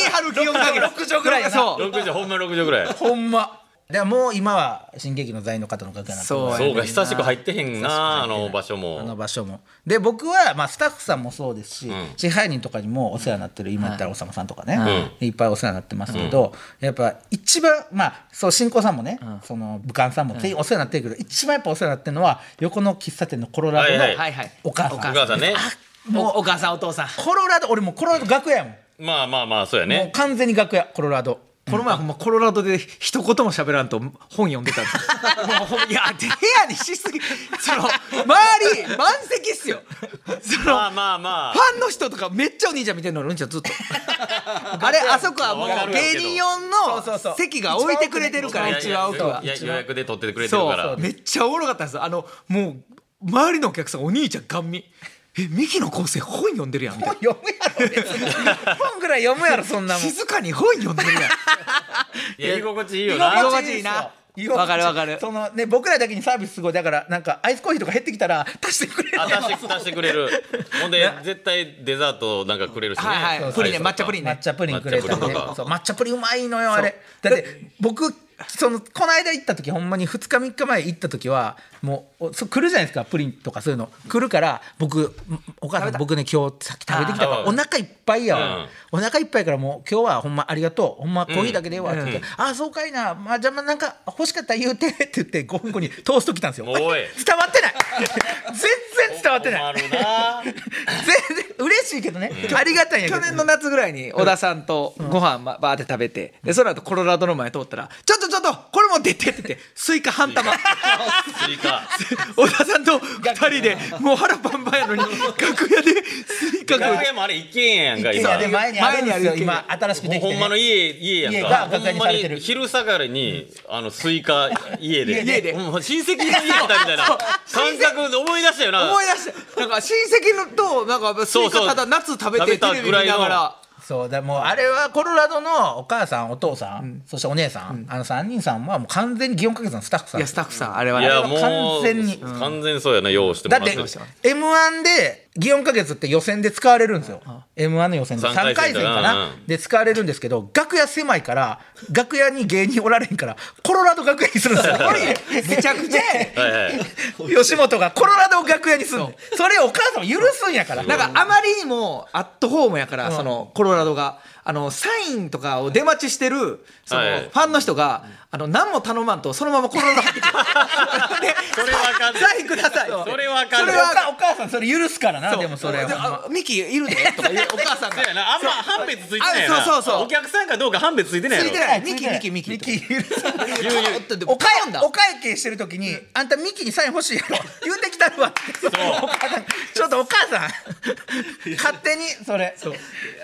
S2: 張る気温かけ
S1: 六畳ぐらいやな
S2: そう
S3: 6畳ほんま6畳ぐらい
S1: ほんまだからもう今は新劇の座員の方の楽屋なん
S2: そうやね
S3: そうか久しく入ってへんなあの場所
S1: あの
S3: も
S1: 場所もで僕は、まあ、スタッフさんもそうですし、
S3: ん
S1: 支配人とかにもお世話になってる今言ったらおさまさんとかね、
S3: う
S1: いっぱいお世話になってますけど、やっぱ一番まあそう新興さんもね、その武漢さんも全員お世話になってるけど、一番やっぱお世話になってるのは横の喫茶店のコロラドの
S3: はい
S2: はいはい
S1: お母さん、
S3: お母さんね
S1: もう
S2: おお母さんお父さん
S1: コロラド俺もうコロラド楽屋やもん、
S3: まあまあまあそうや
S1: もう
S3: ね
S1: 完全に楽屋コロラド
S2: この前ほんまコロラドで一言も喋らんと本読んでたんで すよもうほんまいや部屋にしすぎその周り満席っすよその
S3: まあまあま
S2: ファンの人とかめっちゃお兄ちゃん見てんのよお兄ちゃんずっとあれあそこはもう
S3: わかるけど
S1: そう
S2: 芸人
S1: そう
S2: 用
S1: そう
S2: の席が置いてくれてる
S3: あ
S2: から一番奥は
S3: 予約で取っててくれてる
S2: そ
S3: か
S2: う
S3: ら
S2: めっちゃおもろかったんですあのもう周りのお客さんお兄ちゃんガン見えミキの構成本読んでるやんみたい
S1: 本
S2: な
S1: 読むやろ別に本ぐらい読むやろそ んなもん
S2: 静かに本読んでるやん
S3: いや居心地いいよ
S2: 居
S3: な
S2: 心地いいな
S1: 居心地
S2: わかるわかる
S1: そのね僕らだけにサービスすごいだからなんかアイスコーヒーとか減ってきたら足してくれる
S3: あ足して足してくれるほんで絶対デザートなんかくれるしね
S2: はいはいプリンね
S3: アイ
S2: 抹
S3: スとか
S2: 茶プリンね
S1: 抹茶プリンくれたりね
S3: 抹茶プリンとか
S1: そう抹茶プリンうまいのよあれだって僕そのこの間行った時ほんまに2日3日前行った時はもうおそう来るじゃないですかプリンとかそういうの来るから僕お母さん僕ね今日さっき食べてきたから
S3: あー
S1: お腹いっぱいやわ、お腹いっぱいからもう今日はほんまありがとうほんまコーヒーだけでええわって言って、ああそうかいな、まあ、じゃあまあなんか欲しかったら言うてって言って5分後にトースト来たんですよ
S3: おい
S1: 伝わって ない全然伝わってない
S3: 困るな
S1: 全然嬉しいけどね、ありがたいんやけど
S2: 去年の夏ぐらいに小田さんとご飯まバーって食べてでその後コロラドの前通ったら「ちょっとちょっとこれ持ってって」って言ってスイカ半玉
S3: スイカ
S2: 小田さんと2人でもう腹パンパンやのに楽屋でスイカが
S3: 楽屋もあれ一軒家やんか
S1: い
S3: 今
S1: やで前にあるんですよ
S2: 前にある
S1: 今新しくできて、
S3: ほ
S1: ね、
S3: んまの家家やん
S1: 家
S3: か
S1: が
S3: ほ
S1: 楽屋
S3: ん
S1: に
S3: ま
S1: されてる
S3: に昼下がりにあのスイカ家で
S2: 家で
S3: ほんま親戚の家だみたいな感覚で思い出したよな
S2: 思い出したなんか親戚のとなんかスイカただ夏食べて
S3: そうそう
S2: テレビ見なが
S3: 食べたぐらいの
S2: ら
S1: そうだもうあれはコロラドのお母さんお父さん、そしてお姉さん、あの3人さんはもう完全に祇園かけさんのスタッフさん
S2: いやスタッフさんあれはいね
S3: や
S1: は
S3: もう
S1: 完全に
S3: 完全そうやな用意しても
S1: だ
S3: ら
S1: っ
S3: って
S1: て
S3: る
S1: m 1で祇園花月って予選で使われるんですよ m 1の予選で
S3: 三回
S1: 3
S3: 戦
S1: 回戦か
S3: うん
S1: な
S3: うん
S1: で使われるんですけど楽屋狭いから楽屋に芸人おられへんからコロラド楽屋にするんです よめちゃくちゃ
S3: はいはい
S1: 吉本がコロラドを楽屋にするのそれをお母さんは許すんやから
S2: なんかあまりにもアットホームやから、そのコロラドがあのサインとかを出待ちしてるその、
S3: はい
S2: ファンの人があの何も頼まんとそのままコロラド入ってき て
S3: それわかんない
S2: サインください
S3: それはあか
S1: そ
S3: んな
S1: れ
S3: い
S1: はお母さんそれ許すからなでもそれ
S2: で
S1: は。
S2: あミキいるでとか言うお母さんが
S3: そうやなあんま判別ついてないやな
S2: あそうそうそう
S3: お客さんかどうか判別ついてないやろ
S2: ついてないミキミキミキ
S1: ミキ許さない
S3: 言う言う
S1: お
S2: お
S1: か
S2: かんだ
S1: お会計してる時に、あんたミキにサイン欲しいやろ言うてきたるわそうお母さんちょっとお母さん勝手にそれ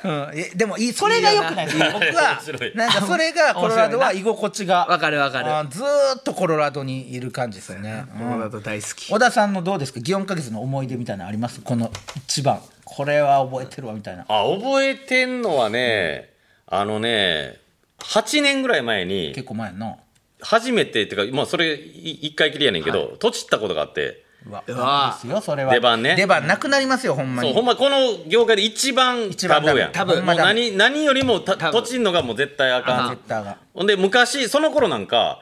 S1: うん、えでもいいそれがよくない僕は
S3: 面白い
S1: なんかそれがコロラドは
S2: 面白いな
S1: 居心地が
S2: わかるわかる
S1: あーずーっとコロラドにいる感じですよね、
S2: コロラド大好き
S1: 小田さんのどうですか祇園花月の思い出みたいなのありますこの一番これは覚えてるわみたいな
S3: あ覚えてんのはね、あのね8年ぐらい前
S1: 結
S3: に
S1: 構前の
S3: 初めてっていうか、まあ、それ1回きりやねんけど、閉じったことがあって
S1: うわ
S2: うわ
S1: いいですよそれは
S3: 出番ね
S1: 出番なくなりますよほんまに
S3: そうほんまこの業界で一番
S1: 一
S3: タ
S1: 番
S3: ブーやん
S1: ダメタブー
S3: もう何何よりもた
S2: タブー
S3: 閉じんのがもう絶対あ
S1: ガ
S3: か
S1: ジェッ
S3: ん
S1: ターが
S3: ほんで昔その頃なんか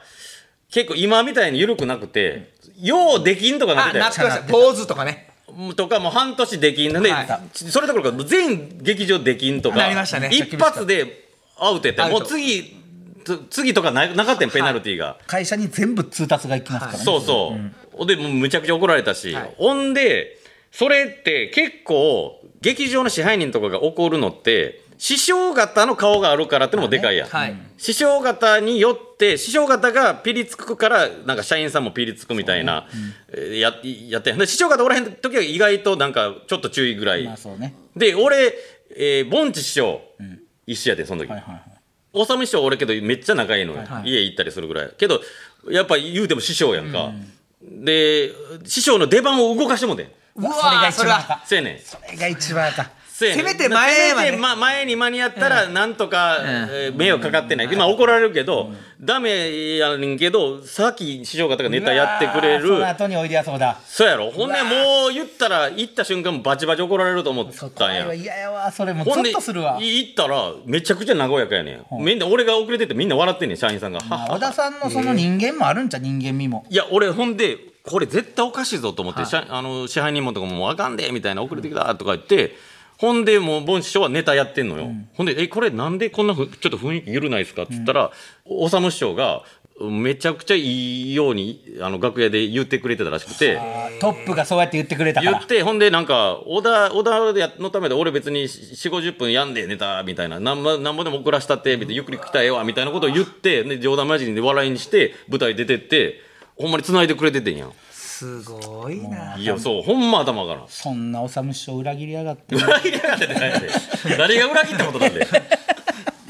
S3: 結構今みたいに緩くなくて、ようできんとかなっ
S2: あ
S3: てた
S2: な
S3: や
S2: っ
S3: ん
S2: てました坊主とかね
S3: とかもう半年できんので、
S2: はい
S3: それどころかもう全劇場できんとか
S2: なりましたね
S3: 一発でアウトやった
S2: アウ
S3: も
S2: ト
S3: う次つ次とかななかったよペナルティーが、
S1: 会社に全部通達が行きますからね。
S3: そうそう、ほんでもうむちゃくちゃ怒られたし、ほんでそれって結構劇場の支配人とかが怒るのって師匠方の顔があるからってのもでかいやん、
S2: はい
S3: 師匠方によって師匠方がピリつくからなんか社員さんもピリつくみたいな、えーややってんで師匠方おらへん時は意外となんかちょっと注意ぐらい、
S1: まあそうね。
S3: で俺、えー、ボンチ師匠、一緒やでその時、
S1: はいはいはい。
S3: おさむ師匠俺けどめっちゃ仲いいのよ、家行ったりするぐらいけどやっぱ言うても師匠やんか、で師匠の出番を動かしてもうてん
S2: うわそ
S1: それ
S2: れ
S1: が
S2: は
S1: 一番か。
S3: せやねん
S1: それが一番か。
S3: せやねん
S2: せめて前
S3: せめ
S2: ま
S3: て
S2: で
S3: ま前に間に合ったらなんとか、えー迷惑かかってない、今怒られるけど、ダメやねんけどさっき師匠方がネタやってくれ
S1: うわ
S3: る
S1: ーその後においでやそうだ。
S3: そうやろほんでもう言ったら行った瞬間バチバチ怒られると思っ
S1: そこ
S3: たんや
S1: は嫌やわ。それもうゾ
S3: ほんで
S1: ッとするわ。
S3: 行ったらめちゃくちゃ和やかやねんみんな俺が遅れててみんな笑ってんねん社員さんが、
S1: まあ小田さんのその人間もあるんちゃう人間味も。
S3: いや俺ほんでこれ絶対おかしいぞと思って、社あの支配人もとかももうあかんでみたいな遅れてきたとか言ってほんでもうボン師匠はネタやってんのよ、ほんで「えこれなんでこんなふちょっと雰囲気緩ないですか?」っつったら、おさむ師匠がめちゃくちゃいいようにあの楽屋で言ってくれてたらしくて。
S1: トップがそうやって言ってくれたか
S3: 言
S1: ら
S3: っ。てほんでなんか小田小田のためで俺別に4 5 0分やんでネタみたいななんぼなんぼでも遅らしたってみたいなゆっくり来たらええわみたいなことを言ってで冗談交じりで笑いにして舞台出てってほんまに繋いでくれててんやん
S2: すごいない
S3: やそうほんま頭からん
S1: そんなおさむ師匠裏切りやがって。
S3: 裏切りやがってって何やで誰が裏切ったことなんで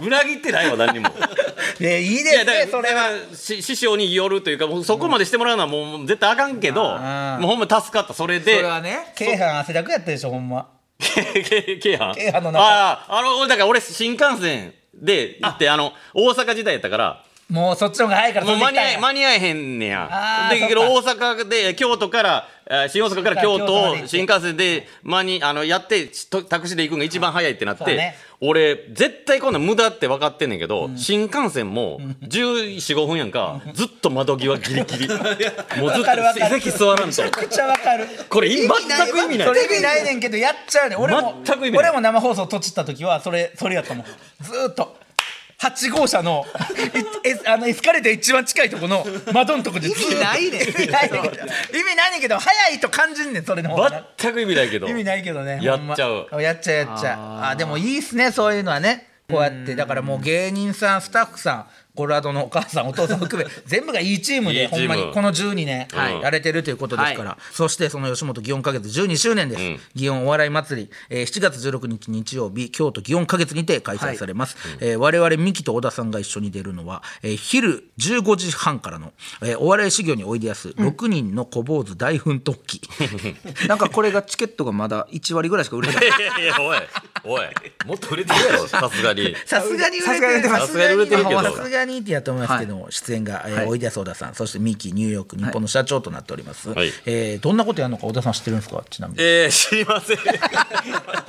S3: 裏切ってないわ何にも
S1: いやいいで
S3: いや
S1: す
S3: だ
S1: ね。
S3: か
S1: そ
S3: ら
S1: れ
S3: だか
S1: は。
S3: らし師匠によるというかもうそこまでしてもらうのはもう絶対あかんけどもう
S1: あー
S3: ほんま助かったそれで
S2: それはね
S1: 京阪汗だくやったでしょほんま。
S3: 京京阪
S1: 京阪の中
S3: あああのだから俺新幹線で行ってあの大阪時代やったから
S1: もうそっちの方が早いから。
S3: もう間に合
S1: そ
S3: え
S1: んな行き
S3: 間に合えへんねや
S1: あー
S3: でけど
S1: そ
S3: 大阪で京都からあー新大阪から京
S1: 京都まで行っ
S3: 都を
S1: て
S3: 新幹線で間にあのやってちとタクシーで行くのが一番早いってなっ
S1: そうだ
S3: て、
S1: ね
S3: 俺絶対こんなん無駄って分かってんねんけど、新幹線も1415分やんかずっと窓際ギリギ リもうずっ
S1: わかるわか
S3: と
S1: る
S3: 席座らんと
S1: たいなめっちゃわかる。
S3: これ全く意味ない
S1: それ意味ないねんけどやっちゃうねん俺も
S3: 全く意味ない
S1: 俺も生放送とちった時はそれそれやったもんずーっと8号車の いエスあのエスカレーター一番近いとこ の窓のとこでずーっと
S2: 意味ないねん
S1: 意味ないねんけど意味ないねんけど早いと感じんねんそれの方が
S3: 全く意味ないけど
S1: 意味ないけどね
S3: やっちゃう
S1: ほんまやっちゃうやっちゃうあーでもいいっすねそういうのはねこうやってだからもう芸人さんスタッフさんコロラドのお母さんお父さん 含め全部がいいチーム
S3: い
S1: で
S3: いチ
S1: ほ
S3: ー
S1: ん
S3: ム
S1: まにこの12年
S3: はい
S1: やれてるということですから、そしてその吉本祇園花月12周年です、
S3: うん
S1: 祇園お笑い祭り、えー7月16日日曜日京都祇園花月にて開催されます、えー我々ミキと小田さんが一緒に出るのは、えー昼15時半からの、えーお笑い修行においでやす6人の小坊主大奮闘記、
S2: なんかこれがチケットがまだ1割ぐらいしか売れてない
S3: いやいやおいおいもっと売れてるやろさすがに
S1: さすがに売れてる
S2: さすがに売れてます
S3: さすがに売れてるけど
S1: さすがタニーティアと思いますけども、出演が、えー
S2: はい
S1: おいでやす小田さんそしてミキニューヨーク日本の社長となっております、
S3: はい
S1: えーどんなことやるのか小田さん知ってるんですかちなみに
S3: えー、知りません。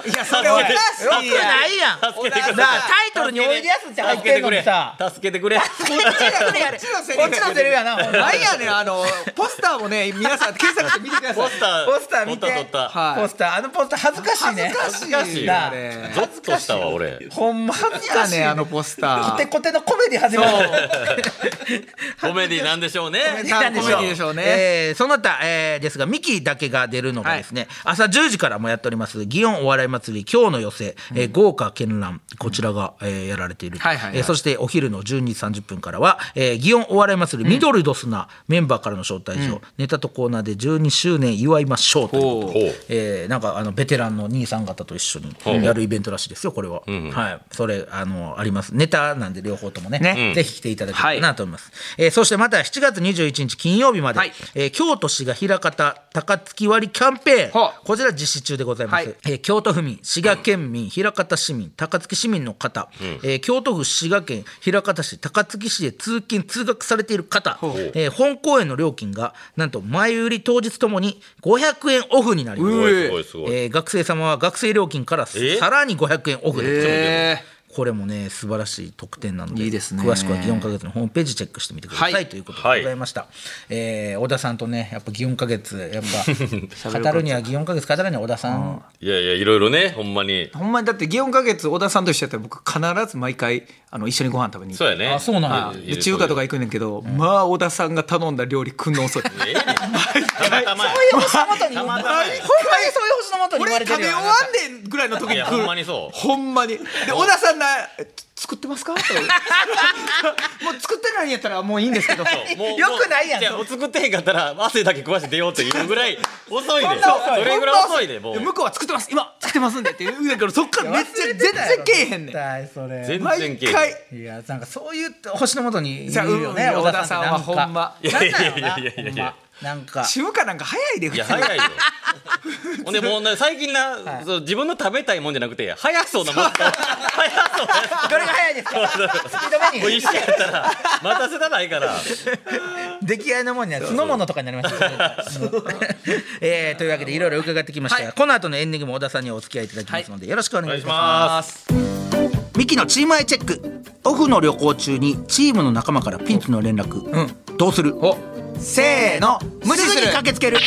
S2: いや、それおかし
S1: よくない
S2: いやん。
S1: やんなあ
S3: 助けてくれ
S1: タイトルに「おいでやす」って入ってるのにさ
S3: 助けてくれ。助けてくれ。
S2: こっちのセ
S1: こっちのセリフやなほんま
S2: なんやねん、あの、ポスターもね、皆さん検索して見てくださ
S3: ポ
S2: い
S3: ス。ター、
S1: ポスター見て
S3: 撮った撮った。
S2: はい
S1: ポスターあのポスター恥ずかしいね
S2: 恥ず
S3: おか
S2: か
S3: し
S2: し
S3: い
S2: い
S3: よ
S2: な。
S1: な
S2: あれ
S3: ゾッとしたわ、俺。
S1: ほんま恥ず
S2: だ
S1: かしい
S2: ね、あのポスタ
S1: コテ
S2: ー。
S1: コテのコメディ始める
S3: コメディなんでしょうね。
S2: なんでしょうコメディでしょうね
S1: えーその他、えーですがミキだけが出るのがですね、朝10時からもやっております祇園お笑い祭り今日の寄せ、えー豪華絢爛こちらが、えーやられている、
S2: はいはいはい
S1: えーそしてお昼の12時30分からは、えー、祇園お笑い祭り緑どすな、メンバーからの招待状、ネタとコーナーで12周年祝いましょうということで
S3: ほう
S1: えーなんかあのベテランの兄さん方と一緒にやるイベントらしいですよこれは、はいそれあのありますネタなんで両方ともね
S2: ね
S1: ぜひ来ていただければなと思います、えーそしてまた7月21日金曜日まで、
S2: はい
S1: えー京都市が枚方高槻割キャンペーン
S2: はあ
S1: こちら実施中でございます、
S2: はい
S1: えー京都府民滋賀県民、枚方市民高槻市民の方、えー京都府滋賀県枚方市高槻市で通勤通学されている方、えー本公演の料金がなんと前売り当日ともに500円オフになります
S3: すごいすごいすごい。
S1: えー学生様は学生料金からさ
S3: え
S1: らに500円オフです、
S2: え
S1: これもね素晴らしい特典なので
S2: いいですね
S1: 詳しくは祇園花月のホームページチェックしてみてください、
S2: はい
S1: ということでございました、えー小田さんとねやっぱ祇園花月やっぱ語るには祇園花月語るには小田さん
S3: いやいや、いろいろね、ほんまに。
S2: ーほんまにだって祇園花月小田さんと一緒やったら僕必ず毎回あの一緒にご飯食べに行
S3: そうやね。
S1: あそうなんや
S2: あで中華とか行くんだけど、まあ小田さんが頼んだ料理くんの遅い
S3: ええねんたまたまや。
S1: そういう星のもとにほんまにそういう星のもとに
S2: こ
S1: 言わ
S2: れ
S1: れて
S2: 食
S1: る
S2: べ終
S1: よ
S2: わんねんぐらいの時
S3: い
S2: に
S3: や
S2: 来る
S3: ほんまにそ う
S2: ほんまにで小田さんな「作っ てますか?」とか言うもう作ってないんやったらもういいんですけど
S3: そうもう
S1: よくないやん
S3: じゃあ作ってへんかったら汗だけ食わして出ようっていうぐらい遅いでそれぐらい遅いでもう
S2: 向こうは作ってます今作ってますんでって言うだからそっからめっちゃ全然けえへんねん
S1: んそれ
S3: 全然
S2: 毎
S3: けえへん
S2: 回
S1: いやなんかそういう星のもとにいる
S2: じゃあ
S1: よね
S2: うん
S1: 小田さんってなん
S2: 小田さんはほんま
S1: かなんなんろうない
S3: やいやいやいや
S1: ほん
S3: いや
S1: まなんか
S2: 中華なんか早いで普
S3: い
S2: 通
S3: や早いよほんでもうな最近な、そう自分の食べたいもんじゃなくて早そうなもん早そうな
S1: どれが早い ですかスピードメニ
S3: も
S1: ュ
S3: う
S1: ー
S3: 一緒やったら待たせたないから
S1: 出来合いのもんには酢の物とかになりましたけど えーというわけでいろいろ伺ってきましたが、この後のエンディングも小田さんにはお付き合いいただきますので、よろしくお願いしますミキのチームアイチェックオフの旅行中にチームの仲間からピンチの連絡、どうするお
S2: せーの無視
S1: す
S2: す
S1: ぐに
S2: る
S1: 駆けつける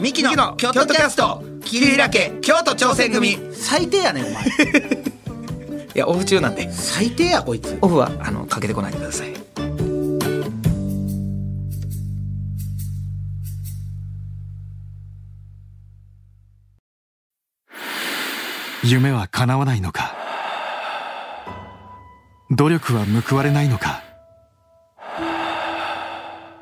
S1: ミキの京都キャスト桐平家
S2: 京都挑戦組い
S1: 最低やねんお前
S2: やオフ中なんで
S1: 最低やこいつ
S2: オフはあのかけてこないでください
S5: 夢は叶わないのか努力は報われないのか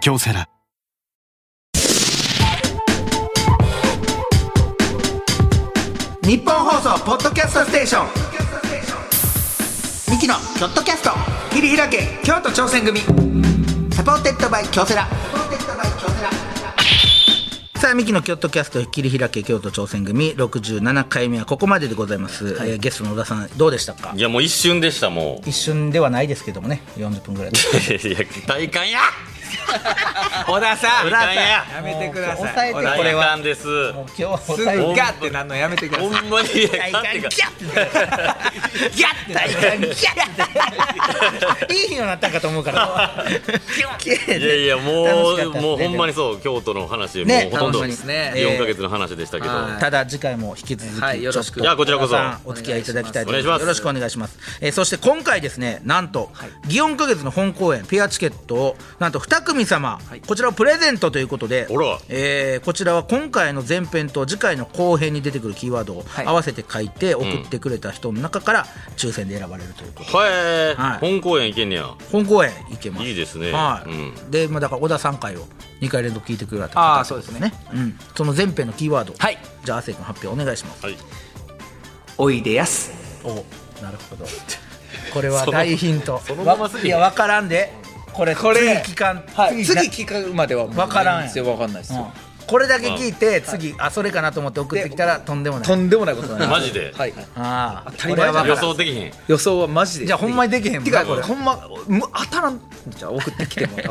S5: 京セラ
S2: 日本放送ポッドキャストステーションミキのキョットキャスト切り開け京都挑戦組サポーテッドバイ京セラ
S1: さあミキの京都キャスト切り開け京都挑戦組67回目はここまででございます、えーゲストの小田さんどうでしたか
S3: いやもう一瞬でしたもう
S1: 一瞬ではないですけどもね40分ぐらいで
S3: いや 体感や
S2: 小田さん
S3: 小田さん
S2: やめてください
S1: もう 抑えてこ
S2: 小田
S1: れ
S3: 体
S1: は
S3: 感です
S1: もう今日は
S2: すぐ
S1: 最後
S2: ガってなんのやめてくださ
S3: ほ
S2: い
S3: んまにいや
S1: 体
S3: なんて
S1: 感
S3: いう
S1: ギャ
S3: か
S1: ッギャッ体感ギャッいい日になったんかと思うからギャッ
S3: いやいや
S1: 楽し
S3: も
S1: かったですね
S3: うもうほんまにそう京都の話、
S1: ね
S3: もうほとんど
S2: 楽しみですね
S3: 4か月の話でしたけど、
S2: はい
S1: ただ次回も引き続き、
S2: はいよろしく
S1: ちょっと
S3: いやこちらこそ
S1: 皆さんお付き合いいただきたいと思います
S3: お
S1: よ
S3: 願いします
S1: ろしくお願いします、えーそして今回ですねなんと、祇園花月の本公演ペアチケットをなんと2組様、こちらをプレゼントということで
S3: あら、
S1: えーこちらは今回の前編と次回の後編に出てくるキーワードを
S2: い
S1: 合わせて書いて送ってくれた人の中から抽選で選ばれるということ、
S3: はい、
S1: はい
S3: 本公演行けんねや
S1: 本公演行けます
S3: いいですね
S1: はい
S3: うん
S1: で、まあ、だから小田さん回を2回連続聞いてくれた方
S2: ああそうですね
S1: うん、その前編のキーワード、
S2: はい
S1: じゃあ亜生君発表お願いします
S3: はい
S2: おいでやす
S1: おなるほど これは大ヒント
S3: そのまますぎる
S1: いや分からんでこれ
S2: これ
S1: 次期間、
S2: はい、
S1: 次
S2: 次聞くまでは
S1: わからん
S2: ですよわかんないですよ、
S1: これだけ聞いて次あそれかなと思って送ってきたらとんでもない
S2: とんでもないこと になりま
S3: マ
S2: す
S3: ジで
S2: はいはい
S1: ああ
S2: 当たり前だ
S1: これは分
S3: 予
S1: からん
S3: 想できひん
S2: 予想はマジで
S1: じゃあほんまにできへんもん
S2: てか
S1: これ
S2: ほんまむ当たらんじゃあ送ってきても多分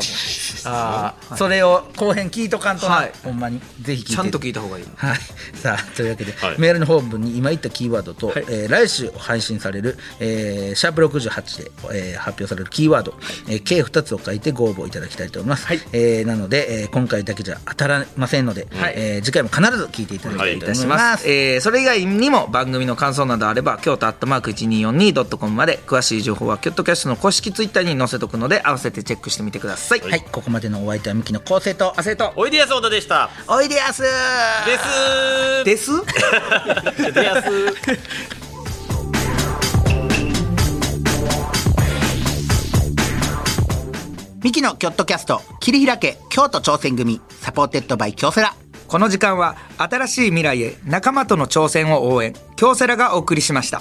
S1: ああそれを後編聞いとかんとな、
S2: はい
S1: ほんまにぜひ聞いて
S2: ちゃんと聞いた方がいい
S1: はい、さあというわけで、
S3: はい
S1: メールの本文に今言ったキーワードと、
S2: はい
S1: えー来週配信される、えーシャープ68で、えー発表されるキーワード、えー計2つを書いてご応募いただきたいと思います、えーなので、えー今回だけじゃ当たらませんので、
S2: はい
S1: えー次回も必ず聞いていただきたいと
S2: いた
S1: 思
S2: し
S1: い
S2: ま。
S1: ますす、
S2: えーそれ以外にも番組の感想などあれば、京都アットマーク 1242.com まで、詳しい情報は京都キャストの公式ツイッターに載せとくので、合わせてチェックしてみてください。
S1: はい、ここまでのお相手はミキの構成と亜生と
S3: おいでやす小田でした
S1: おいでやす
S3: です
S2: です
S3: でやす
S1: ミキのキョットキャスト切り開け京都挑戦組サポーテッドバイ京セラ
S2: この時間は、新しい未来へ仲間との挑戦を応援、京セラがお送りしました。